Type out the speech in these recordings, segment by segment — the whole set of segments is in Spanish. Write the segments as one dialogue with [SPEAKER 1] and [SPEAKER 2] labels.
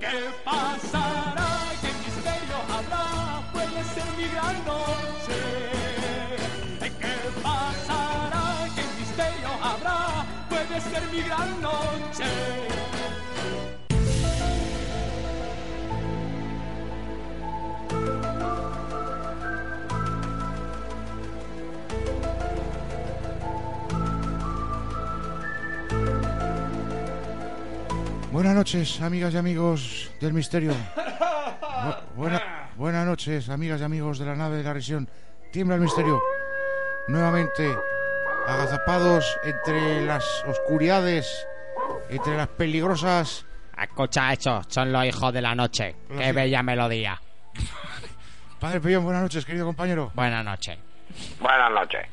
[SPEAKER 1] ¿Qué pasará? ¿Qué misterio habrá? Puede ser mi gran noche. ¿Qué pasará? ¿Qué misterio habrá? Puede ser mi gran noche.
[SPEAKER 2] Buenas noches, amigas y amigos del misterio. Bu- buena- buenas noches, amigas y amigos de la nave de la risión. Tiembla el misterio. Nuevamente, agazapados entre las oscuridades, entre las peligrosas.
[SPEAKER 3] Escucha eso, son los hijos de la noche. Qué bella melodía.
[SPEAKER 2] Padre Pellón, buenas noches, querido compañero.
[SPEAKER 3] Buenas noches.
[SPEAKER 4] Buenas noches.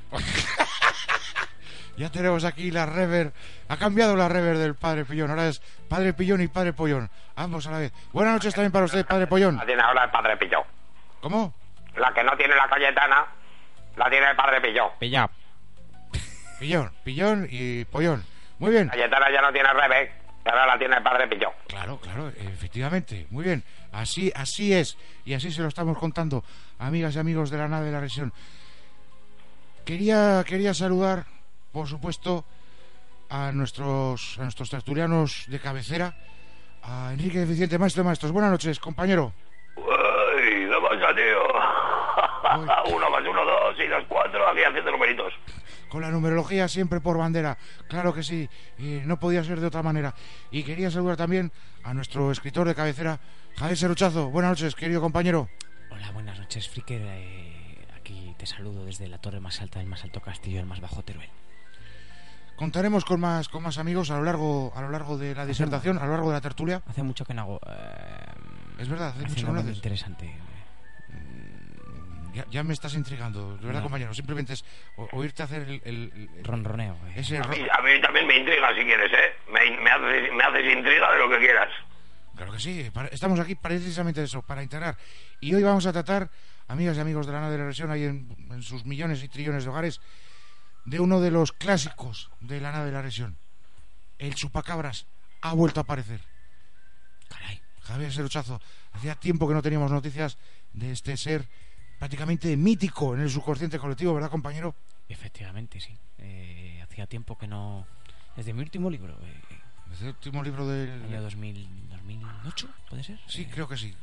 [SPEAKER 2] Ya tenemos aquí la rever. Ha cambiado la rever del Padre Pillón. Ahora es Padre Pillón y Padre Pollón. Ambos a la vez. Buenas noches también para usted, Padre Pollón.
[SPEAKER 4] La tiene ahora el padre Pilló.
[SPEAKER 2] ¿Cómo?
[SPEAKER 4] La que no tiene la Cayetana, la tiene el padre Pilló.
[SPEAKER 3] Pillao.
[SPEAKER 2] Pillón, Pillón y Pollón. Muy bien.
[SPEAKER 4] Cayetana ya no tiene Rebeca, ahora la tiene el padre Pilló.
[SPEAKER 2] Claro, claro, efectivamente. Muy bien. Así, así es. Y así se lo estamos contando, amigas y amigos de la nave de la región. Quería, quería saludar, por supuesto, a nuestros, a nuestros tertulianos de cabecera, a Enrique Deficiente, maestro de maestros. Buenas noches, compañero.
[SPEAKER 5] Ay, ¿qué pasa,
[SPEAKER 2] Uy.
[SPEAKER 5] tío? uno más uno, dos y dos, cuatro, aquí haciendo numeritos.
[SPEAKER 2] Con la numerología siempre por bandera. Claro que sí, eh, no podía ser de otra manera. Y quería saludar también a nuestro escritor de cabecera, Javier Seruchazo. Buenas noches, querido compañero.
[SPEAKER 6] Hola, buenas noches, Fricker. Eh, aquí te saludo desde la torre más alta del más alto castillo, el más bajo Teruel.
[SPEAKER 2] Contaremos con más, con más amigos a lo largo, a lo largo de la disertación, a lo largo de la tertulia.
[SPEAKER 6] Hace mucho que no hago. eh,
[SPEAKER 2] Es verdad, hace
[SPEAKER 6] haciendo
[SPEAKER 2] mucho que no
[SPEAKER 6] algo
[SPEAKER 2] haces.
[SPEAKER 6] interesante. eh,
[SPEAKER 2] Ya, ya me estás intrigando, de verdad,
[SPEAKER 6] No.
[SPEAKER 2] compañero. Simplemente es o- oírte hacer el, el- el-
[SPEAKER 6] Ronroneo. eh.
[SPEAKER 2] ese
[SPEAKER 5] A
[SPEAKER 2] ro-
[SPEAKER 5] mí, a mí también me intriga si quieres, ¿eh? Me, me haces, me haces intriga de lo que quieras.
[SPEAKER 2] Claro que sí, para- estamos aquí precisamente eso, para integrar. Y hoy vamos a tratar, amigas y amigos de la nave de la región, ahí en, en sus millones y trillones de hogares, de uno de los clásicos de la nave de la región. El chupacabras ha vuelto a aparecer.
[SPEAKER 6] Caray.
[SPEAKER 2] Javier Seruchazo, hacía tiempo que no teníamos noticias de este ser prácticamente mítico en el subconsciente colectivo, ¿verdad, compañero?
[SPEAKER 6] Efectivamente, sí. Eh, hacía tiempo que no. Desde mi último libro, eh,
[SPEAKER 2] Desde el último libro
[SPEAKER 6] año
[SPEAKER 2] del...
[SPEAKER 6] 2000, 2008, ¿puede ser?
[SPEAKER 2] Sí,
[SPEAKER 6] Eh,
[SPEAKER 2] creo que sí.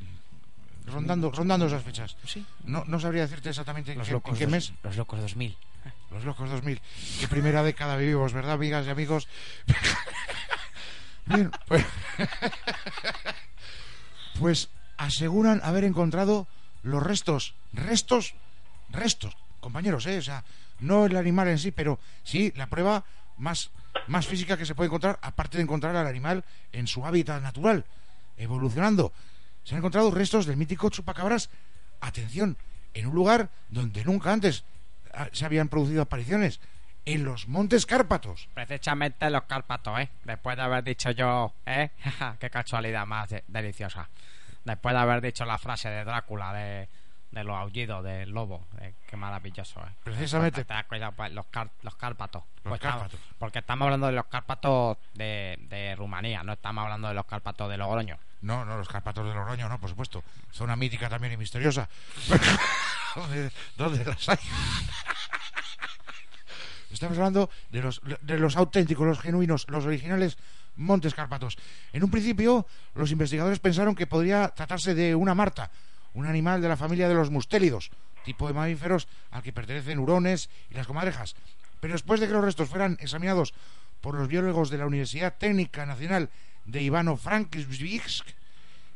[SPEAKER 2] Rondando, rondando esas fechas.
[SPEAKER 6] Sí.
[SPEAKER 2] No, no sabría decirte exactamente en
[SPEAKER 6] Los
[SPEAKER 2] qué, en
[SPEAKER 6] locos,
[SPEAKER 2] qué
[SPEAKER 6] dos-
[SPEAKER 2] mes.
[SPEAKER 6] Los locos 2000.
[SPEAKER 2] Los locos 2000. Qué primera década vivimos, ¿verdad, amigas y amigos? Bien, pues, pues aseguran haber encontrado los restos, restos, restos, compañeros, ¿eh? O sea, no el animal en sí, pero sí la prueba más, más física que se puede encontrar, aparte de encontrar al animal en su hábitat natural, evolucionando. Se han encontrado restos del mítico chupacabras, atención, en un lugar donde nunca antes ah, se habían producido apariciones, en los Montes Cárpatos.
[SPEAKER 3] Precisamente los Cárpatos, ¿eh? Después de haber dicho yo, ¿eh? Qué casualidad más de- deliciosa. Después de haber dicho la frase de Drácula, de, de los aullidos del lobo. eh, qué maravilloso, ¿eh?
[SPEAKER 2] Precisamente.
[SPEAKER 3] Te das cuenta, pues, los, car- los Cárpatos.
[SPEAKER 2] Los
[SPEAKER 3] Pues estamos-
[SPEAKER 2] Cárpatos.
[SPEAKER 3] porque estamos hablando de los Cárpatos de, de Rumanía, no estamos hablando de los Cárpatos de Logroño.
[SPEAKER 2] No, no, los Cárpatos de Logroño, no, por supuesto. Zona mítica también y misteriosa. ¿Dónde, dónde las hay? Estamos hablando de los, de los auténticos, los genuinos, los originales Montes Cárpatos. En un principio, los investigadores pensaron que podría tratarse de una marta, un animal de la familia de los mustélidos, tipo de mamíferos al que pertenecen hurones y las comadrejas. Pero después de que los restos fueran examinados por los biólogos de la Universidad Técnica Nacional de Ivano Frankivsk,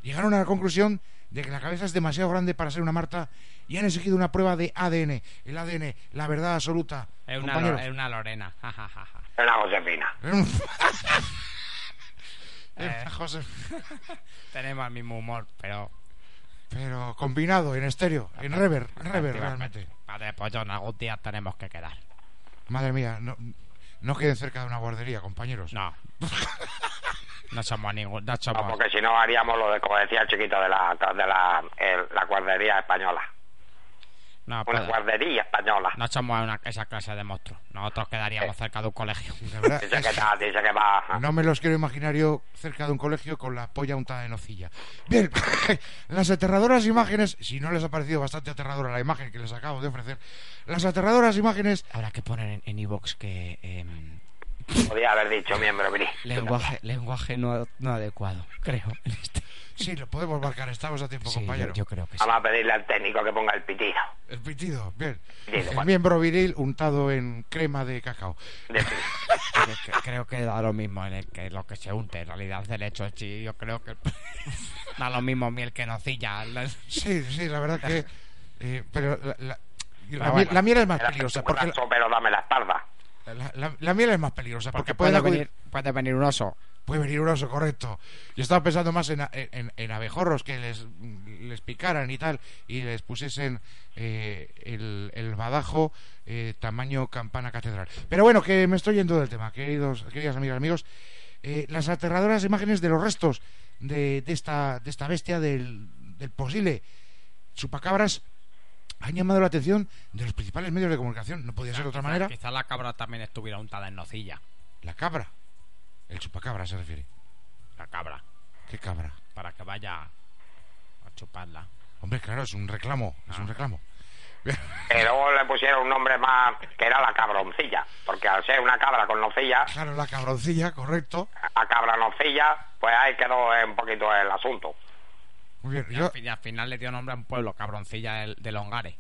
[SPEAKER 2] llegaron a la conclusión de que la cabeza es demasiado grande para ser una marta y han exigido una prueba de ADN. El ADN, la verdad absoluta.
[SPEAKER 3] Es una, lo-
[SPEAKER 2] compañeros.
[SPEAKER 3] es una Lorena. ja, ja, ja, ja.
[SPEAKER 4] Es una Josefina.
[SPEAKER 2] Eh, José,
[SPEAKER 3] Tenemos el mismo humor, pero.
[SPEAKER 2] pero combinado en estéreo, en rever, en rever realmente.
[SPEAKER 3] Padre Pollón, pues, algún día tenemos que quedar.
[SPEAKER 2] Madre mía, no, no queden cerca de una guardería, compañeros.
[SPEAKER 3] No. No somos ningún. No
[SPEAKER 4] No,
[SPEAKER 3] somos.
[SPEAKER 4] porque si no haríamos lo de, como decía el chiquito, de la, de la, el- la guardería española.
[SPEAKER 3] No,
[SPEAKER 4] Una
[SPEAKER 3] pero
[SPEAKER 4] guardería española.
[SPEAKER 3] no somos una- esa clase de monstruos. Nosotros quedaríamos cerca de un colegio.
[SPEAKER 2] La verdad
[SPEAKER 4] Dice
[SPEAKER 2] es
[SPEAKER 4] que está, dice que va.
[SPEAKER 2] No me los quiero imaginar yo cerca de un colegio con la polla untada en hocilla. Bien, las aterradoras imágenes, si no les ha parecido bastante aterradora la imagen que les acabo de ofrecer, las aterradoras imágenes,
[SPEAKER 6] Habrá que poner en Evox que. em,
[SPEAKER 4] Podría haber dicho miembro viril.
[SPEAKER 6] lenguaje lenguaje no, no adecuado, creo. en este.
[SPEAKER 2] sí, lo podemos marcar, estamos a tiempo,
[SPEAKER 6] Sí, yo,
[SPEAKER 2] compañero.
[SPEAKER 6] yo creo que sí.
[SPEAKER 4] Vamos a pedirle al técnico que ponga el pitido.
[SPEAKER 2] El pitido, bien.
[SPEAKER 4] Bien,
[SPEAKER 2] El
[SPEAKER 4] bueno.
[SPEAKER 2] miembro viril untado en crema de cacao.
[SPEAKER 4] De-
[SPEAKER 3] Creo que- creo que da lo mismo en el que lo que se unte. En realidad, el hecho es sí, yo creo que da lo mismo miel que nocilla.
[SPEAKER 2] Sí, sí, la verdad que... eh, pero la, la- la
[SPEAKER 3] bueno.
[SPEAKER 2] miel, la miel es más
[SPEAKER 4] Era
[SPEAKER 2] peligrosa,
[SPEAKER 4] un
[SPEAKER 2] porque
[SPEAKER 4] brazo, pero dame la espalda.
[SPEAKER 2] la, la- la miel es más peligrosa, porque,
[SPEAKER 3] Porque
[SPEAKER 2] puede
[SPEAKER 3] puede
[SPEAKER 2] acudir-
[SPEAKER 3] venir, puede venir un oso.
[SPEAKER 2] Puede venir un oso, correcto. Yo estaba pensando más en, a- en, en abejorros que les, les picaran y tal, y les pusiesen eh, el, el badajo eh, tamaño campana catedral. Pero bueno, que me estoy yendo del tema, queridos, queridas amigas, amigos. Eh, las aterradoras imágenes de los restos de, de esta, de esta bestia, del, del posible chupacabras, han llamado la atención de los principales medios de comunicación. No podía ser de otra manera.
[SPEAKER 3] Quizás la cabra también estuviera untada en nocilla.
[SPEAKER 2] La cabra. El chupacabra se refiere.
[SPEAKER 3] La cabra.
[SPEAKER 2] ¿Qué cabra?
[SPEAKER 3] Para que vaya a chuparla.
[SPEAKER 2] Hombre, claro, es un reclamo, es un reclamo.
[SPEAKER 4] Y luego le pusieron un nombre más que era la cabroncilla. Porque al ser una cabra con nocilla,
[SPEAKER 2] Claro, la cabroncilla, correcto.
[SPEAKER 4] a cabra nocilla, pues ahí quedó eh, un poquito el asunto.
[SPEAKER 2] Muy bien,
[SPEAKER 3] Y
[SPEAKER 2] yo,
[SPEAKER 3] al, fin- y al final le dio nombre a un pueblo, cabroncilla del- de, Longares.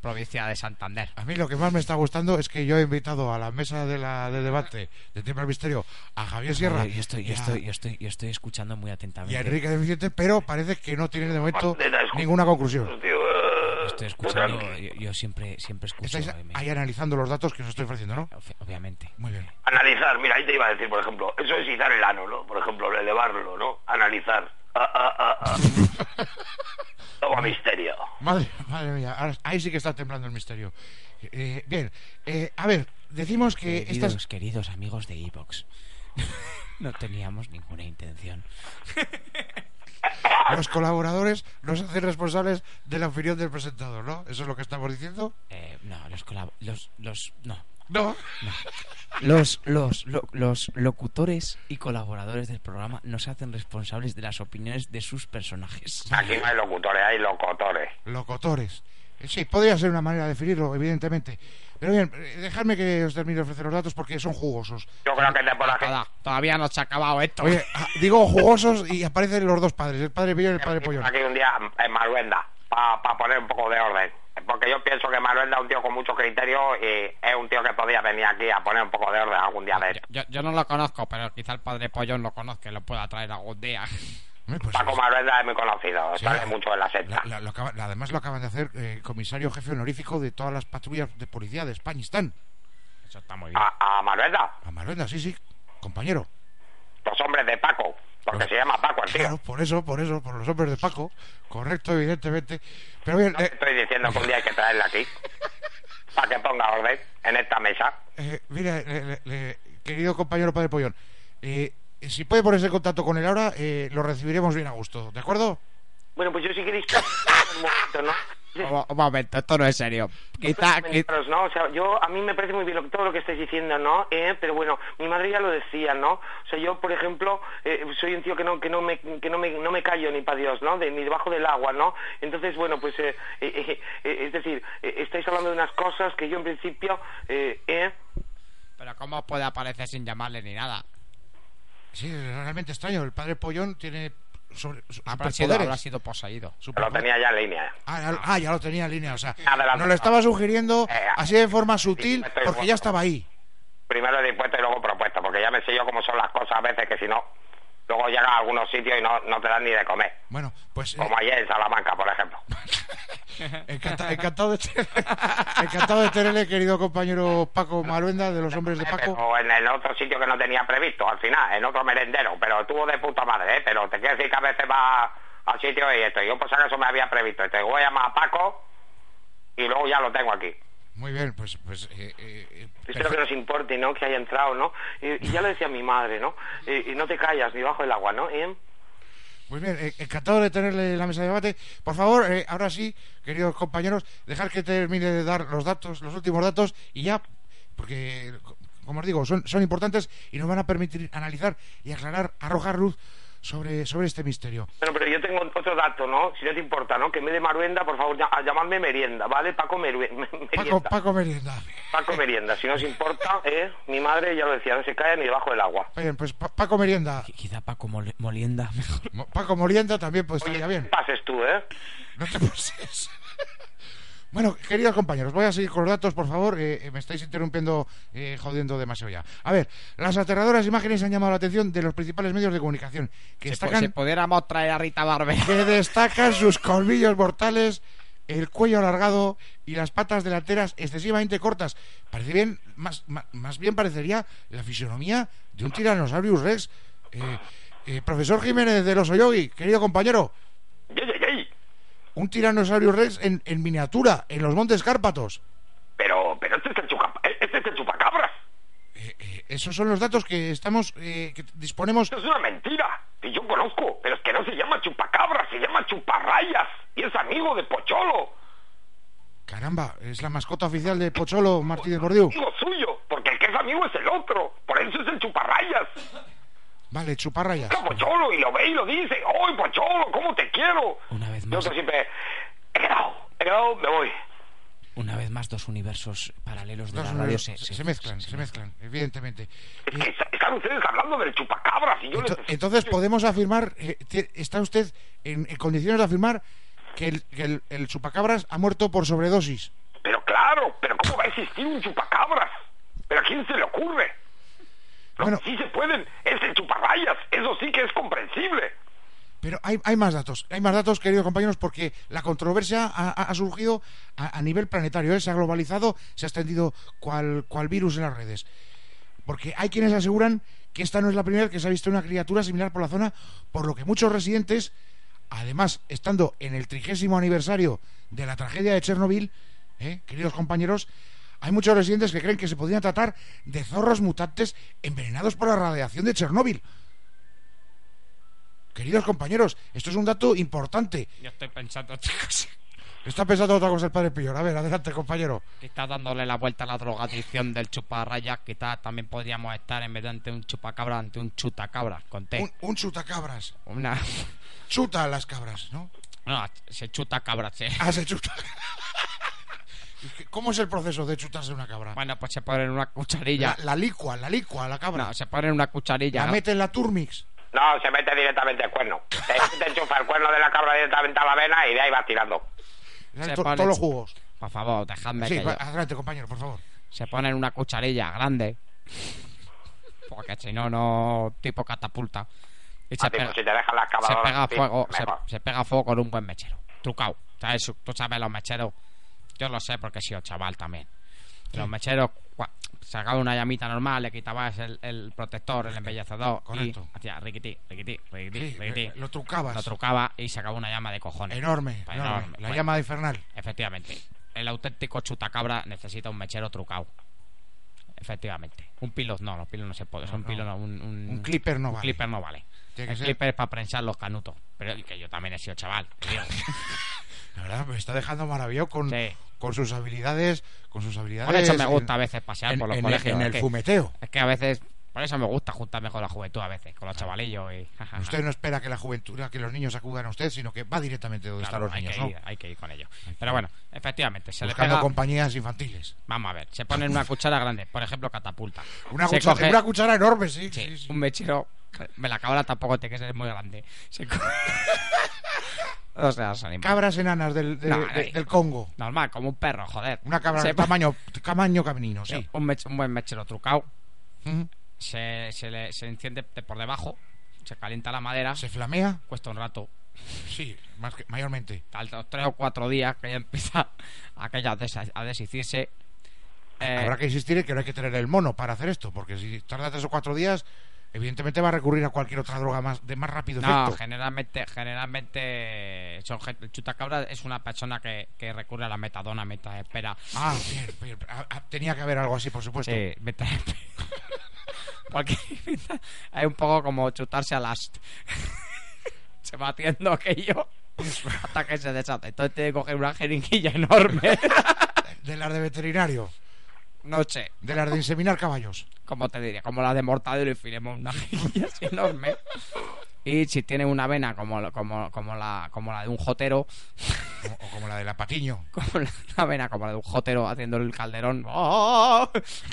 [SPEAKER 3] provincia de Santander.
[SPEAKER 2] a mí lo que más me está gustando es que yo he invitado a la mesa de, la, de debate de Tiempo al Misterio a Javier Sierra
[SPEAKER 6] Yo estoy,
[SPEAKER 2] y,
[SPEAKER 6] yo
[SPEAKER 2] a,
[SPEAKER 6] estoy, yo estoy, yo estoy escuchando muy
[SPEAKER 2] y
[SPEAKER 6] atentamente.
[SPEAKER 2] a Enrique de Vicente, pero parece que no tienen de momento
[SPEAKER 5] Maldita escu-
[SPEAKER 2] ninguna conclusión.
[SPEAKER 5] Tío, eh,
[SPEAKER 6] Estoy escuchando,
[SPEAKER 5] Otra-
[SPEAKER 6] yo, yo siempre, siempre escucho.
[SPEAKER 2] Estáis
[SPEAKER 6] eh, me-
[SPEAKER 2] ahí analizando los datos que os estoy ofreciendo, ¿no?
[SPEAKER 6] Ob- Obviamente.
[SPEAKER 2] Muy bien.
[SPEAKER 5] Analizar, mira, ahí te iba a decir, por ejemplo, eso es izar el ano, ¿no? Por ejemplo, elevarlo, ¿no? Analizar. Ah, ah, ah, ah. Toma misterio.
[SPEAKER 2] Madre, madre mía, ahora- ahí sí que está temblando el misterio. Eh, bien, eh, a ver, decimos que
[SPEAKER 6] Queridos,
[SPEAKER 2] estas...
[SPEAKER 6] queridos amigos de Evox, no teníamos ninguna intención.
[SPEAKER 2] los colaboradores nos hacen responsables de la opinión del presentador, ¿no? ¿Eso es lo que estamos diciendo?
[SPEAKER 6] Eh, no, los colab- los, los, no.
[SPEAKER 2] No.
[SPEAKER 6] Los, los, lo- los locutores y colaboradores del programa nos hacen responsables de las opiniones de sus personajes.
[SPEAKER 4] Aquí no hay locutores, hay locotores.
[SPEAKER 2] Locotores. Eh, Sí, podría ser una manera de definirlo, evidentemente. Pero bien, eh, dejadme que os termine de ofrecer los datos porque son jugosos.
[SPEAKER 4] Yo creo que te por aquí.
[SPEAKER 3] Toda- todavía no se ha acabado esto.
[SPEAKER 2] Oye, ah, digo jugosos y aparecen los dos padres, el padre Pillo y el padre Pollón.
[SPEAKER 4] Aquí un día en Maruenda, para poner un poco de orden. Porque yo pienso que Maruenda es un tío con mucho criterio y es un tío que podía venir aquí a poner un poco de orden algún día de
[SPEAKER 3] Yo,
[SPEAKER 4] esto.
[SPEAKER 3] yo- yo no lo conozco, pero quizá el padre Pollón lo conozca y lo pueda traer algún día.
[SPEAKER 2] Eh, pues,
[SPEAKER 4] Paco Maruenda es muy conocido,
[SPEAKER 2] sí,
[SPEAKER 4] sale
[SPEAKER 2] la-
[SPEAKER 4] mucho en la secta.
[SPEAKER 2] la- la- lo acaba- la- además lo acaban de hacer eh, comisario jefe honorífico de todas las patrullas de policía de España. Están
[SPEAKER 3] Eso está muy bien.
[SPEAKER 4] A, a Maruenda,
[SPEAKER 2] a Maruenda, sí, sí, compañero.
[SPEAKER 4] los hombres de Paco, porque
[SPEAKER 2] Los-
[SPEAKER 4] se llama Paco el tío.
[SPEAKER 2] Claro, por eso, por eso, por los hombres de Paco. Correcto, evidentemente. Pero bien,
[SPEAKER 4] No te
[SPEAKER 2] eh,
[SPEAKER 4] estoy diciendo que un día hay que traerle aquí para que ponga orden en esta mesa.
[SPEAKER 2] Eh, mira, le- le- le- querido compañero Padre Pollón, eh, si puede ponerse en contacto con él ahora, eh, lo recibiremos bien a gusto, ¿de acuerdo?
[SPEAKER 5] Bueno, pues yo sí queréis un momento, ¿no?
[SPEAKER 3] Un, mo- un momento, esto no es serio. Quizá, qui-
[SPEAKER 5] Comentarios, ¿no? O sea, yo, a mí me parece muy bien lo- todo lo que estáis diciendo, ¿no? Eh, pero bueno, mi madre ya lo decía, ¿no? O sea, yo, por ejemplo, eh, soy un tío que no, que no me, que no me, no me callo ni para Dios, ¿no? De- ni debajo del agua, ¿no? Entonces, bueno, pues, eh, eh, eh, es decir, eh, estáis hablando de unas cosas que yo en principio, eh, eh,
[SPEAKER 3] pero ¿cómo puede aparecer sin llamarle ni nada?
[SPEAKER 2] Sí, es realmente extraño. El Padre Pollón tiene sobre, su-
[SPEAKER 3] Habrá
[SPEAKER 6] pues
[SPEAKER 3] sido,
[SPEAKER 2] superpoderes.
[SPEAKER 3] habrá sido poseído.
[SPEAKER 4] Lo
[SPEAKER 2] Superpo-
[SPEAKER 4] tenía ya en línea.
[SPEAKER 5] ¿eh?
[SPEAKER 2] Ah, ya, lo- ah, ya lo tenía en línea, o sea,
[SPEAKER 4] Adelante.
[SPEAKER 2] nos lo estaba sugiriendo
[SPEAKER 4] Eh,
[SPEAKER 2] así de forma sutil
[SPEAKER 4] estoy
[SPEAKER 2] porque
[SPEAKER 4] guapo.
[SPEAKER 2] ya estaba ahí.
[SPEAKER 4] Primero dispuesto y luego propuesto, porque ya me sé yo cómo son las cosas a veces que si no, luego llegas a algunos sitios y no, no te dan ni de comer.
[SPEAKER 2] Bueno, pues eh,
[SPEAKER 4] Como ayer en Salamanca, por ejemplo.
[SPEAKER 2] encanta- encantado, de tenerle, encantado de tenerle, querido compañero Paco Maruenda, de los hombres de Paco.
[SPEAKER 4] O en el otro sitio que no tenía previsto, al final, en otro merendero, pero estuvo de puta madre, ¿eh? Pero te quiero decir que a veces va al sitio y esto. Yo, pues, eso me había previsto. Te voy a llamar a Paco y luego ya lo tengo aquí.
[SPEAKER 2] Muy bien, pues... pues eh, eh, eh,
[SPEAKER 5] Espero que nos importe, ¿no? Que haya entrado, ¿no? Y, y ya lo decía mi madre, ¿no? Eh, y no te callas ni bajo el agua, ¿no? Eh,
[SPEAKER 2] Pues bien, eh, encantado de tenerle en la mesa de debate. Por favor, eh, ahora sí, queridos compañeros, dejar que termine de dar los datos, los últimos datos, y ya, porque, co- como os digo, son, son importantes y nos van a permitir analizar y aclarar, arrojar luz sobre, sobre este misterio.
[SPEAKER 5] Bueno, pero yo tengo otro dato, ¿no? Si no te importa, ¿no? Que en vez de Maruenda, por favor, ya- llamadme Merienda, ¿vale? Paco Merue-
[SPEAKER 2] Paco,
[SPEAKER 5] Merienda.
[SPEAKER 2] Paco Merienda.
[SPEAKER 5] Paco Merienda, si no os importa, ¿eh? Mi madre ya lo decía, no se cae ni debajo del agua.
[SPEAKER 2] Bien, pues Pa- Paco Merienda.
[SPEAKER 6] Qui- Quizá Paco Mol- Molienda mejor.
[SPEAKER 2] Mo- Paco Morienda también pues
[SPEAKER 5] Oye,
[SPEAKER 2] estaría bien.
[SPEAKER 5] pases tú, ¿eh?
[SPEAKER 2] No te pases. Bueno, queridos compañeros, voy a seguir con los datos, por favor, que eh, me estáis interrumpiendo, eh, jodiendo demasiado ya. A ver, las aterradoras imágenes han llamado la atención de los principales medios de comunicación, que,
[SPEAKER 3] Si, pu- si
[SPEAKER 2] destacan,
[SPEAKER 3] pudiéramos traer a Rita Barbera.
[SPEAKER 2] que destacan sus colmillos mortales, el cuello alargado y las patas delanteras excesivamente cortas. Parece bien, más, ma- más bien parecería la fisionomía de un Tyrannosaurus Rex. Eh, eh, profesor Jiménez de los Oyogi, querido compañero,
[SPEAKER 4] ¡Yey, yey, yey!
[SPEAKER 2] un tiranosaurio rex en, en miniatura, en los montes Cárpatos.
[SPEAKER 4] Pero, pero este es el, chuca- este es el chupacabras.
[SPEAKER 2] Eh, eh, esos son los datos que estamos, eh, que disponemos.
[SPEAKER 4] Esto es una mentira. Que yo conozco, pero es que no se llama chupacabras, se llama chuparrayas. Y es amigo de Pocholo.
[SPEAKER 2] Caramba, es la mascota oficial de Pocholo Martínez Bordiú.
[SPEAKER 4] Amigo suyo, porque el que es amigo es el otro. Por eso es el chuparrayas.
[SPEAKER 2] Vale, chuparrayas.
[SPEAKER 4] Está Pocholo y lo ve y lo dice. ¡Ay, Pocholo, cómo te quiero!
[SPEAKER 6] Una vez
[SPEAKER 4] Y
[SPEAKER 6] más.
[SPEAKER 4] otro siempre... He quedado, he quedado, me voy.
[SPEAKER 6] Una vez más, dos universos paralelos de
[SPEAKER 2] Dos
[SPEAKER 6] la
[SPEAKER 2] números,
[SPEAKER 6] radio
[SPEAKER 2] se, se mezclan, se mezclan, evidentemente.
[SPEAKER 4] Es
[SPEAKER 2] Eh,
[SPEAKER 4] que está- están ustedes hablando del chupacabras y yo
[SPEAKER 2] ento-
[SPEAKER 4] les...
[SPEAKER 2] entonces podemos afirmar, eh, ti- está usted en, en condiciones de afirmar que, el, que el- el chupacabras ha muerto por sobredosis.
[SPEAKER 4] Pero claro, pero ¿cómo va a existir un chupacabras? ¿Pero a quién se le ocurre?
[SPEAKER 2] Bueno,
[SPEAKER 4] Sí se pueden, es el chuparrayas, eso sí que es comprensible.
[SPEAKER 2] Pero hay, hay más datos, hay más datos, queridos compañeros, porque la controversia ha, ha- ha surgido a, a nivel planetario, ¿eh? se ha globalizado, se ha extendido cual, cual virus en las redes. Porque hay quienes aseguran que esta no es la primera vez que se ha visto una criatura similar por la zona, por lo que muchos residentes, además estando en el trigésimo aniversario de la tragedia de Chernobyl, ¿eh? queridos compañeros, hay muchos residentes que creen que se podrían tratar de zorros mutantes envenenados por la radiación de Chernóbil. Queridos compañeros, esto es un dato importante.
[SPEAKER 3] Yo estoy pensando otra cosa.
[SPEAKER 2] Está pensando otra cosa el padre Pillor. A ver, adelante, compañero.
[SPEAKER 3] Quizás dándole la vuelta a la drogadicción del chuparrayas, quizás también podríamos estar en vez de ante un chupacabra, ante un chutacabra, con T.
[SPEAKER 2] Un, un chutacabras.
[SPEAKER 3] Una.
[SPEAKER 2] Chuta a las cabras, ¿no?
[SPEAKER 3] No, se chuta cabra, sí.
[SPEAKER 2] Ah, se chuta. Es que, ¿Cómo es el proceso de chutarse una cabra?
[SPEAKER 3] Bueno, pues se ponen una cucharilla.
[SPEAKER 2] La, la licua, la licua, la cabra.
[SPEAKER 3] No, se ponen una cucharilla.
[SPEAKER 2] la mete en la turmix.
[SPEAKER 4] No, se mete directamente el cuerno. Te, te enchufa el cuerno de la cabra directamente a la vena y de ahí vas tirando.
[SPEAKER 2] Le
[SPEAKER 3] Se
[SPEAKER 2] dan to-
[SPEAKER 3] pone-
[SPEAKER 2] todos los jugos.
[SPEAKER 3] Por favor, dejadme
[SPEAKER 2] Sí,
[SPEAKER 3] que
[SPEAKER 2] va-
[SPEAKER 3] yo-
[SPEAKER 2] adelante, compañero, por favor.
[SPEAKER 3] Se ponen una cucharilla grande. Porque si no, no. Tipo catapulta. Y se
[SPEAKER 4] A ti,
[SPEAKER 3] pega,
[SPEAKER 4] pues, si te dejan las
[SPEAKER 3] se
[SPEAKER 4] cabras...
[SPEAKER 3] pega fuego. Se, se pega fuego con un buen mechero. Trucao. ¿Sabes? Su- Tú sabes los mecheros. Yo lo sé porque he sido chaval también. Los mecheros. cua- Sacaba una llamita normal, le quitabas el, el protector, el embellecedor.
[SPEAKER 2] Correcto.
[SPEAKER 3] Y hacía riquití, riquití, riquití,
[SPEAKER 2] Sí,
[SPEAKER 3] riquití.
[SPEAKER 2] eh, lo trucabas.
[SPEAKER 3] Lo trucaba y sacaba una llama de cojones.
[SPEAKER 2] Enorme,
[SPEAKER 3] Enorme.
[SPEAKER 2] enorme. La
[SPEAKER 3] Bueno.
[SPEAKER 2] llama de infernal.
[SPEAKER 3] Efectivamente. El auténtico chutacabra necesita un mechero trucado. Efectivamente. Un pilot no, los pilos no se pueden. Son
[SPEAKER 2] no.
[SPEAKER 3] pilos, no, un, un-
[SPEAKER 2] Un clipper no
[SPEAKER 3] un
[SPEAKER 2] vale.
[SPEAKER 3] clipper no vale.
[SPEAKER 2] Tiene que
[SPEAKER 3] el
[SPEAKER 2] ser-
[SPEAKER 3] clipper es para prensar los canutos. Pero que yo también he sido chaval. tío.
[SPEAKER 2] La verdad, me está dejando maravillado con,
[SPEAKER 3] Sí.
[SPEAKER 2] con sus habilidades. Con sus habilidades.
[SPEAKER 3] Por eso me
[SPEAKER 2] en-
[SPEAKER 3] gusta a veces pasear
[SPEAKER 2] en-
[SPEAKER 3] por los
[SPEAKER 2] en-
[SPEAKER 3] colegios.
[SPEAKER 2] En
[SPEAKER 3] es
[SPEAKER 2] el
[SPEAKER 3] que-
[SPEAKER 2] fumeteo.
[SPEAKER 3] Es que a veces. Por eso me gusta juntarme con la juventud a veces, con los chavalillos y. jajaja.
[SPEAKER 2] Ah. Usted no espera que la juventud, que los niños acudan a usted, sino que va directamente donde
[SPEAKER 3] Claro,
[SPEAKER 2] están
[SPEAKER 3] hay,
[SPEAKER 2] los niños,
[SPEAKER 3] que
[SPEAKER 2] ¿no?
[SPEAKER 3] ir, hay que ir con ellos. Pero bueno, efectivamente, se le
[SPEAKER 2] Buscando
[SPEAKER 3] pega.
[SPEAKER 2] compañías infantiles.
[SPEAKER 3] Vamos a ver, se ponen una cuchara grande, por ejemplo, catapulta.
[SPEAKER 2] Una,
[SPEAKER 3] Se
[SPEAKER 2] cuchara,
[SPEAKER 3] coge-
[SPEAKER 2] una cuchara enorme, sí.
[SPEAKER 3] Sí,
[SPEAKER 2] sí, sí.
[SPEAKER 3] un mechero. Me la cabra tampoco tiene que ser muy grande. Se co- o sea, son animales.
[SPEAKER 2] Cabras enanas del, de-
[SPEAKER 3] No,
[SPEAKER 2] de-
[SPEAKER 3] ahí.
[SPEAKER 2] del Congo.
[SPEAKER 3] Normal, como un perro, joder.
[SPEAKER 2] Una cabra
[SPEAKER 3] Se
[SPEAKER 2] de
[SPEAKER 3] po-
[SPEAKER 2] tamaño, tamaño caminino, sí.
[SPEAKER 3] Un, mech- un buen mechero trucado.
[SPEAKER 2] Ujú.
[SPEAKER 3] Se, se, le, se enciende de por debajo. Se calienta la madera.
[SPEAKER 2] ¿Se flamea?
[SPEAKER 3] Cuesta un rato.
[SPEAKER 2] Sí, más que, mayormente.
[SPEAKER 3] Tal, dos, tres o cuatro días que ya empieza aquella a, des- a deshicirse. Eh,
[SPEAKER 2] Habrá que insistir en que no hay que tener el mono para hacer esto, porque si tarda tres o cuatro días, evidentemente va a recurrir a cualquier otra droga más de más rápido
[SPEAKER 3] No,
[SPEAKER 2] efecto.
[SPEAKER 3] generalmente, generalmente son gente, el chutacabra es una persona que, que recurre a la metadona mientras espera
[SPEAKER 2] Ah, bien, bien. Ah, ah, tenía que haber algo así, por supuesto.
[SPEAKER 3] Sí, mientras- Porque es un poco como chutarse a las. se va haciendo aquello hasta que se desata. Entonces tiene que coger una jeringuilla enorme.
[SPEAKER 2] De las de veterinario.
[SPEAKER 3] Noche,
[SPEAKER 2] De las de inseminar caballos.
[SPEAKER 3] como te diría, como la de Mortadelo y Filemón, una jeringuilla así enorme. Y si tiene una vena como, lo- como, como, la, como la de un jotero,
[SPEAKER 2] O, o como la de la Patiño.
[SPEAKER 3] como la, una vena como la de un jotero haciendo el calderón, ¡oh!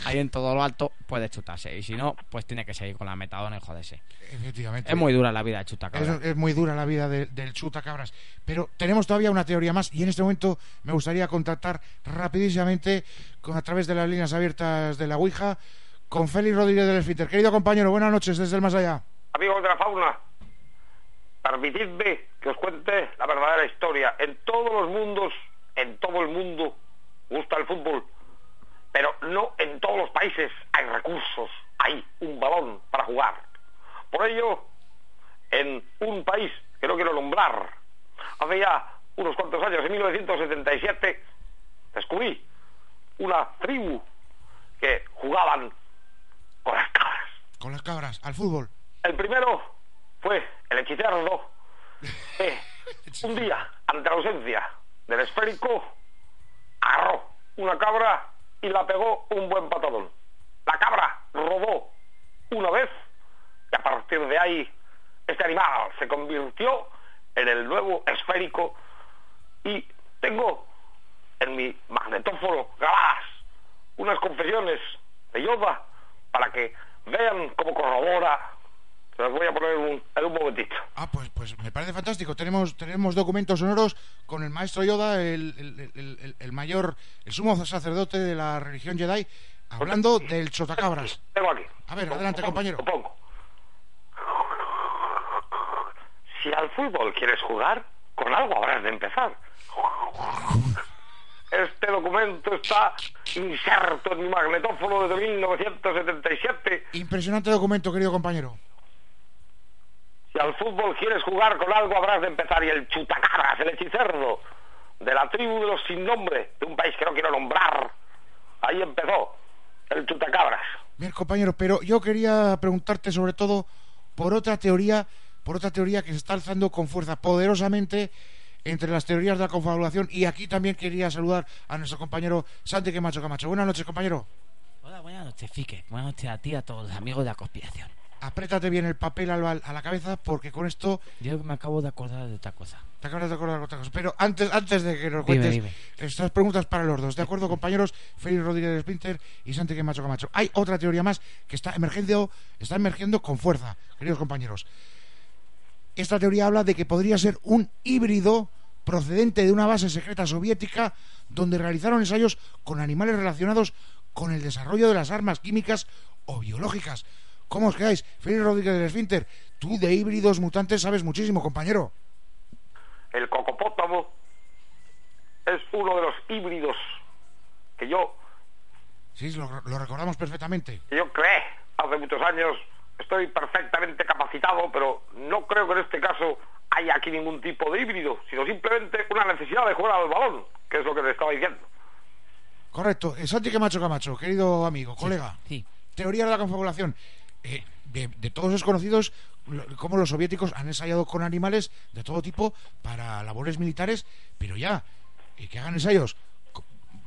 [SPEAKER 3] ahí en todo lo alto, puede chutarse. Y si no, pues tiene que seguir con la metadona y joderse.
[SPEAKER 2] Efectivamente.
[SPEAKER 3] Es muy dura la vida de chuta,
[SPEAKER 2] Es,
[SPEAKER 3] cabrón.
[SPEAKER 2] es muy dura la vida de- del chuta cabras. Pero tenemos todavía una teoría más y en este momento me gustaría contactar rapidísimamente con, a través de las líneas abiertas de la Ouija con Félix Rodríguez del Esfínter. Querido compañero, buenas noches desde el más allá.
[SPEAKER 4] Amigos de la fauna, permitidme que os cuente la verdadera historia. En todos los mundos, en todo el mundo, gusta el fútbol. Pero no en todos los países hay recursos, hay un balón para jugar. Por ello, en un país que no quiero nombrar, hace ya unos cuantos años, en 1977, descubrí una tribu que jugaban con las cabras.
[SPEAKER 2] Con las cabras, al fútbol.
[SPEAKER 4] El primero fue el hechicero que un día, ante la ausencia del esférico, agarró una cabra y la pegó un buen patadón. La cabra rodó una vez y a partir de ahí este animal se convirtió en el nuevo esférico y tengo en mi magnetófono grabás unas confesiones de Yoda para que vean cómo corrobora. Se las voy a poner en un, en un momentito.
[SPEAKER 2] Ah, pues, pues me parece fantástico. Tenemos, tenemos documentos sonoros con el maestro Yoda, el, el- el- el- el mayor, el sumo sacerdote de la religión Jedi, hablando del chotacabras.
[SPEAKER 4] Tengo aquí.
[SPEAKER 2] A ver,
[SPEAKER 4] Lo-
[SPEAKER 2] adelante,
[SPEAKER 4] lo pongo,
[SPEAKER 2] compañero.
[SPEAKER 4] lo pongo. Si al fútbol quieres jugar, con algo habrás de empezar. Este documento está inserto en mi magnetófono desde 1977.
[SPEAKER 2] Impresionante documento, querido compañero.
[SPEAKER 4] Si al fútbol quieres jugar con algo, habrás de empezar. Y el chutacaras, el hechicerdo, de la tribu de los sin nombre, de un país que no quiero nombrar, ahí empezó el chutacabras.
[SPEAKER 2] Bien, compañero, pero yo quería preguntarte sobre todo por otra teoría, por otra teoría que se está alzando con fuerza poderosamente entre las teorías de la confabulación y aquí también quería saludar a nuestro compañero Santi Camacho Camacho. Buenas noches, compañero.
[SPEAKER 6] Hola, buenas noches, Fique. Buenas noches a ti y a todos los amigos de la conspiración.
[SPEAKER 2] Apriétate bien el papel al- al- a la cabeza porque con esto
[SPEAKER 6] Yo me acabo de acordar de otra cosa.
[SPEAKER 2] Te acabas de acordar de otra cosa. Pero antes, antes de que nos
[SPEAKER 6] Dime,
[SPEAKER 2] cuentes
[SPEAKER 6] dime.
[SPEAKER 2] estas preguntas para los dos, ¿de acuerdo, compañeros? Félix Rodríguez Splinter y Santi Camacho Camacho. Hay otra teoría más que está emergiendo, está emergiendo con fuerza, queridos compañeros. Esta teoría habla de que podría ser un híbrido procedente de una base secreta soviética donde realizaron ensayos con animales relacionados con el desarrollo de las armas químicas o biológicas. ¿Cómo os quedáis? Félix Rodríguez del Esfínter, tú de híbridos mutantes sabes muchísimo, compañero.
[SPEAKER 4] el cocopótamo es uno de los híbridos que yo,
[SPEAKER 2] Sí, lo, lo recordamos perfectamente.
[SPEAKER 4] que yo creé hace muchos años. Estoy perfectamente capacitado, pero no creo que en este caso haya aquí ningún tipo de híbrido, sino simplemente una necesidad de jugar al balón, que es lo que te estaba diciendo.
[SPEAKER 2] Correcto. Eh, Santi Camacho Camacho, querido amigo, colega.
[SPEAKER 6] Sí.
[SPEAKER 2] Teoría de la confabulación. Eh, de, de todos los conocidos, lo- cómo los soviéticos han ensayado con animales de todo tipo para labores militares, pero ya, eh, que hagan ensayos co-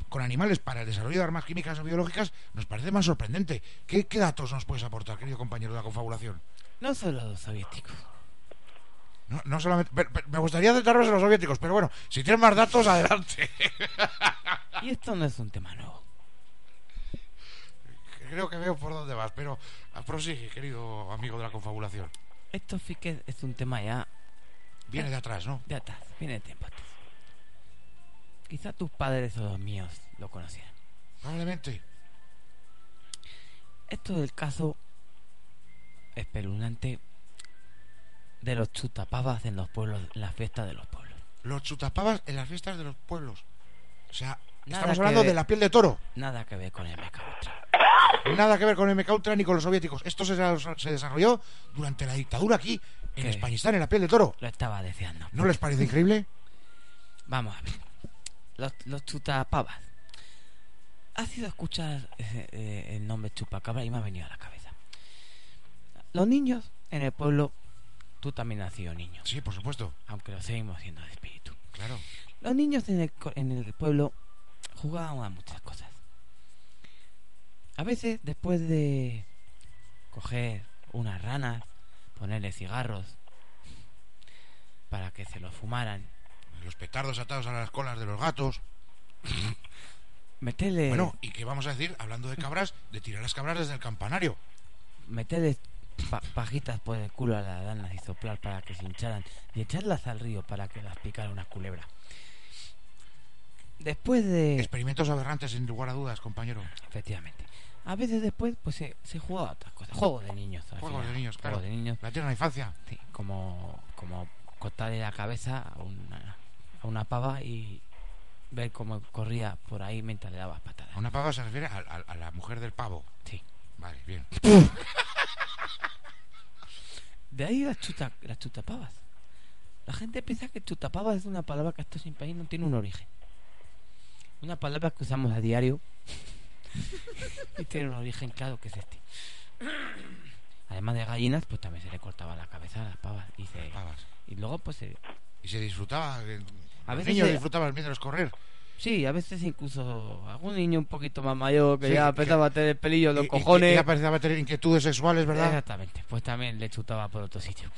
[SPEAKER 2] con animales para el desarrollo de armas químicas o biológicas nos parece más sorprendente. ¿Qué, qué datos nos puedes aportar, querido compañero de la confabulación?
[SPEAKER 6] No solo los soviéticos.
[SPEAKER 2] No, no solamente, pero- pero me gustaría centrarnos en los soviéticos, pero bueno, si tienes más datos, adelante.
[SPEAKER 6] Y esto no es un tema nuevo.
[SPEAKER 2] Creo que veo por dónde vas, pero prosigue, querido amigo de la confabulación.
[SPEAKER 6] Esto, Fique, es un tema ya
[SPEAKER 2] Viene de atrás, ¿no?
[SPEAKER 6] de atrás. Viene de tiempo atrás. Quizá tus padres o los míos lo conocieran.
[SPEAKER 2] Probablemente.
[SPEAKER 6] Esto del caso espeluznante de los chutapabas en los pueblos, en las fiestas de los pueblos.
[SPEAKER 2] Los chutapabas en las fiestas de los pueblos. O sea,
[SPEAKER 6] Nada
[SPEAKER 2] estamos
[SPEAKER 6] que
[SPEAKER 2] hablando
[SPEAKER 6] ver.
[SPEAKER 2] de la piel de toro.
[SPEAKER 6] Nada que ver con el Mecabutra.
[SPEAKER 2] Nada que ver con el MKUltra ni con los soviéticos. Esto se, se desarrolló durante la dictadura aquí, en
[SPEAKER 6] ¿Qué?
[SPEAKER 2] Españistán, en la piel de toro.
[SPEAKER 6] Lo estaba deseando.
[SPEAKER 2] ¿No les parece increíble?
[SPEAKER 6] Vamos a ver. Los, los chutapabas. Ha sido escuchar eh, eh, el nombre chupacabra y me ha venido a la cabeza. Los niños en el pueblo, tú también has sido niño,
[SPEAKER 2] Sí, por supuesto,
[SPEAKER 6] aunque lo seguimos siendo de espíritu.
[SPEAKER 2] claro.
[SPEAKER 6] Los niños en el, co- en el pueblo jugaban a muchas cosas. A veces, después de coger unas ranas, ponerle cigarros para que se los fumaran,
[SPEAKER 2] Los petardos atados a las colas de los gatos.
[SPEAKER 6] meterle,
[SPEAKER 2] Bueno, ¿y qué vamos a decir, hablando de cabras, de tirar las cabras desde el campanario?
[SPEAKER 6] meterle pa- pajitas por el culo a las ranas y soplar para que se hincharan y echarlas al río para que las picara una culebra. Después de...
[SPEAKER 2] Experimentos aberrantes, sin lugar a dudas, compañero.
[SPEAKER 6] Efectivamente. A veces después pues se, se jugaba a otras cosas. Juegos de niños. al
[SPEAKER 2] Juegos
[SPEAKER 6] final.
[SPEAKER 2] de niños, claro.
[SPEAKER 6] Juegos de niños.
[SPEAKER 2] La tierna infancia.
[SPEAKER 6] sí, como, como cortarle la cabeza a una, a una pava y ver cómo corría por ahí mientras le dabas patadas.
[SPEAKER 2] A una pava se refiere a, a- a la mujer del pavo.
[SPEAKER 6] Sí.
[SPEAKER 2] Vale, bien.
[SPEAKER 6] De ahí las, chuta, las chutapavas. La gente piensa que chutapavas es una palabra que esto sin país no tiene un origen. Una palabra que usamos a diario y tiene un origen claro que es este. Además de gallinas, pues también se le cortaba la cabeza a las pavas y, se-
[SPEAKER 2] Pavas.
[SPEAKER 6] y luego pues se,
[SPEAKER 2] Y se disfrutaba. eh,
[SPEAKER 6] A
[SPEAKER 2] los
[SPEAKER 6] veces
[SPEAKER 2] niños
[SPEAKER 6] se-
[SPEAKER 2] disfrutaban viéndolos correr.
[SPEAKER 6] Sí, a veces incluso algún niño un poquito más mayor que
[SPEAKER 2] Sí,
[SPEAKER 6] ya
[SPEAKER 2] que-
[SPEAKER 6] empezaba a tener el pelillo en los
[SPEAKER 2] Y- y-
[SPEAKER 6] cojones.
[SPEAKER 2] Y, ya parecía tener inquietudes sexuales, ¿verdad?
[SPEAKER 6] Exactamente, pues también le chutaba por otro sitio.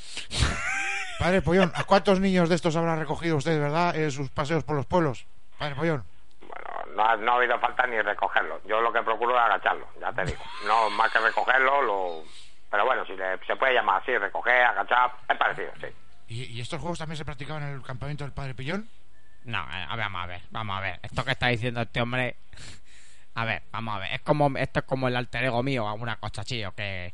[SPEAKER 2] Padre Pollón, ¿a cuántos niños de estos habrá recogido usted, verdad, en sus paseos por los pueblos? Padre Pollón.
[SPEAKER 4] Bueno, no ha, no ha habido falta ni recogerlo. Yo lo que procuro es agacharlo, ya te digo. No, más que recogerlo, lo... Pero bueno, si le- se puede llamar así, recoger, agachar, es parecido, sí.
[SPEAKER 2] ¿Y, y estos juegos también se practicaban en el campamento del Padre Pollón?
[SPEAKER 3] No, eh, a ver, vamos a ver, vamos a ver. Esto que está diciendo este hombre. A ver, vamos a ver. Es como, esto es como el alter ego mío, alguna cosa así, o que.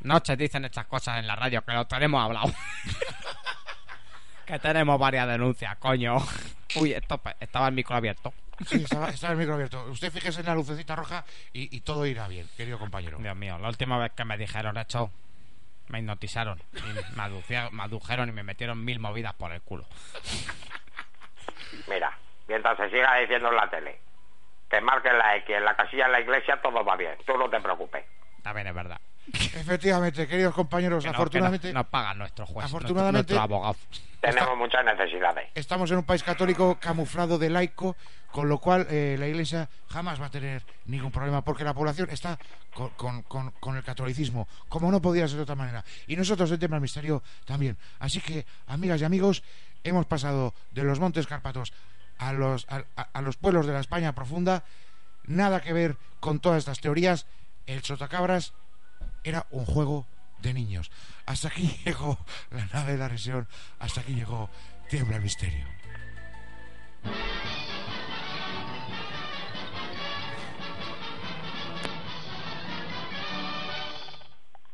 [SPEAKER 3] No se dicen estas cosas en la radio, que lo tenemos hablado. que tenemos varias denuncias, coño. Uy, esto pe- estaba el micro abierto.
[SPEAKER 2] Sí, estaba, estaba el micro abierto. Usted fíjese en la lucecita roja y, y todo irá bien, querido compañero.
[SPEAKER 3] Dios mío, la última vez que me dijeron esto, me hipnotizaron. Y me, aducieron- me adujeron y me metieron mil movidas por el culo.
[SPEAKER 4] Mira, mientras se siga diciendo en la tele que marquen la X en la casilla de la iglesia, todo va bien. Tú no te preocupes.
[SPEAKER 3] También es verdad.
[SPEAKER 2] Efectivamente, queridos compañeros,
[SPEAKER 3] Que no- que no-
[SPEAKER 2] afortunadamente
[SPEAKER 3] nos pagan nuestro juez, nuestro-
[SPEAKER 2] afortunadamente-
[SPEAKER 3] nuestro abogado.
[SPEAKER 4] Tenemos muchas necesidades.
[SPEAKER 2] estamos en un país católico camuflado de laico, con lo cual eh, la Iglesia jamás va a tener ningún problema, porque la población está con, con- con- con el catolicismo, como no podía ser de otra manera. Y nosotros en tema del misterio también. Así que, amigas y amigos, hemos pasado de los montes cárpatos a los, a- a- a los pueblos de la España profunda. Nada que ver con todas estas teorías. El sotacabras era un juego de niños. Hasta aquí llegó la nave de la región, hasta aquí llegó Tiembla el Misterio.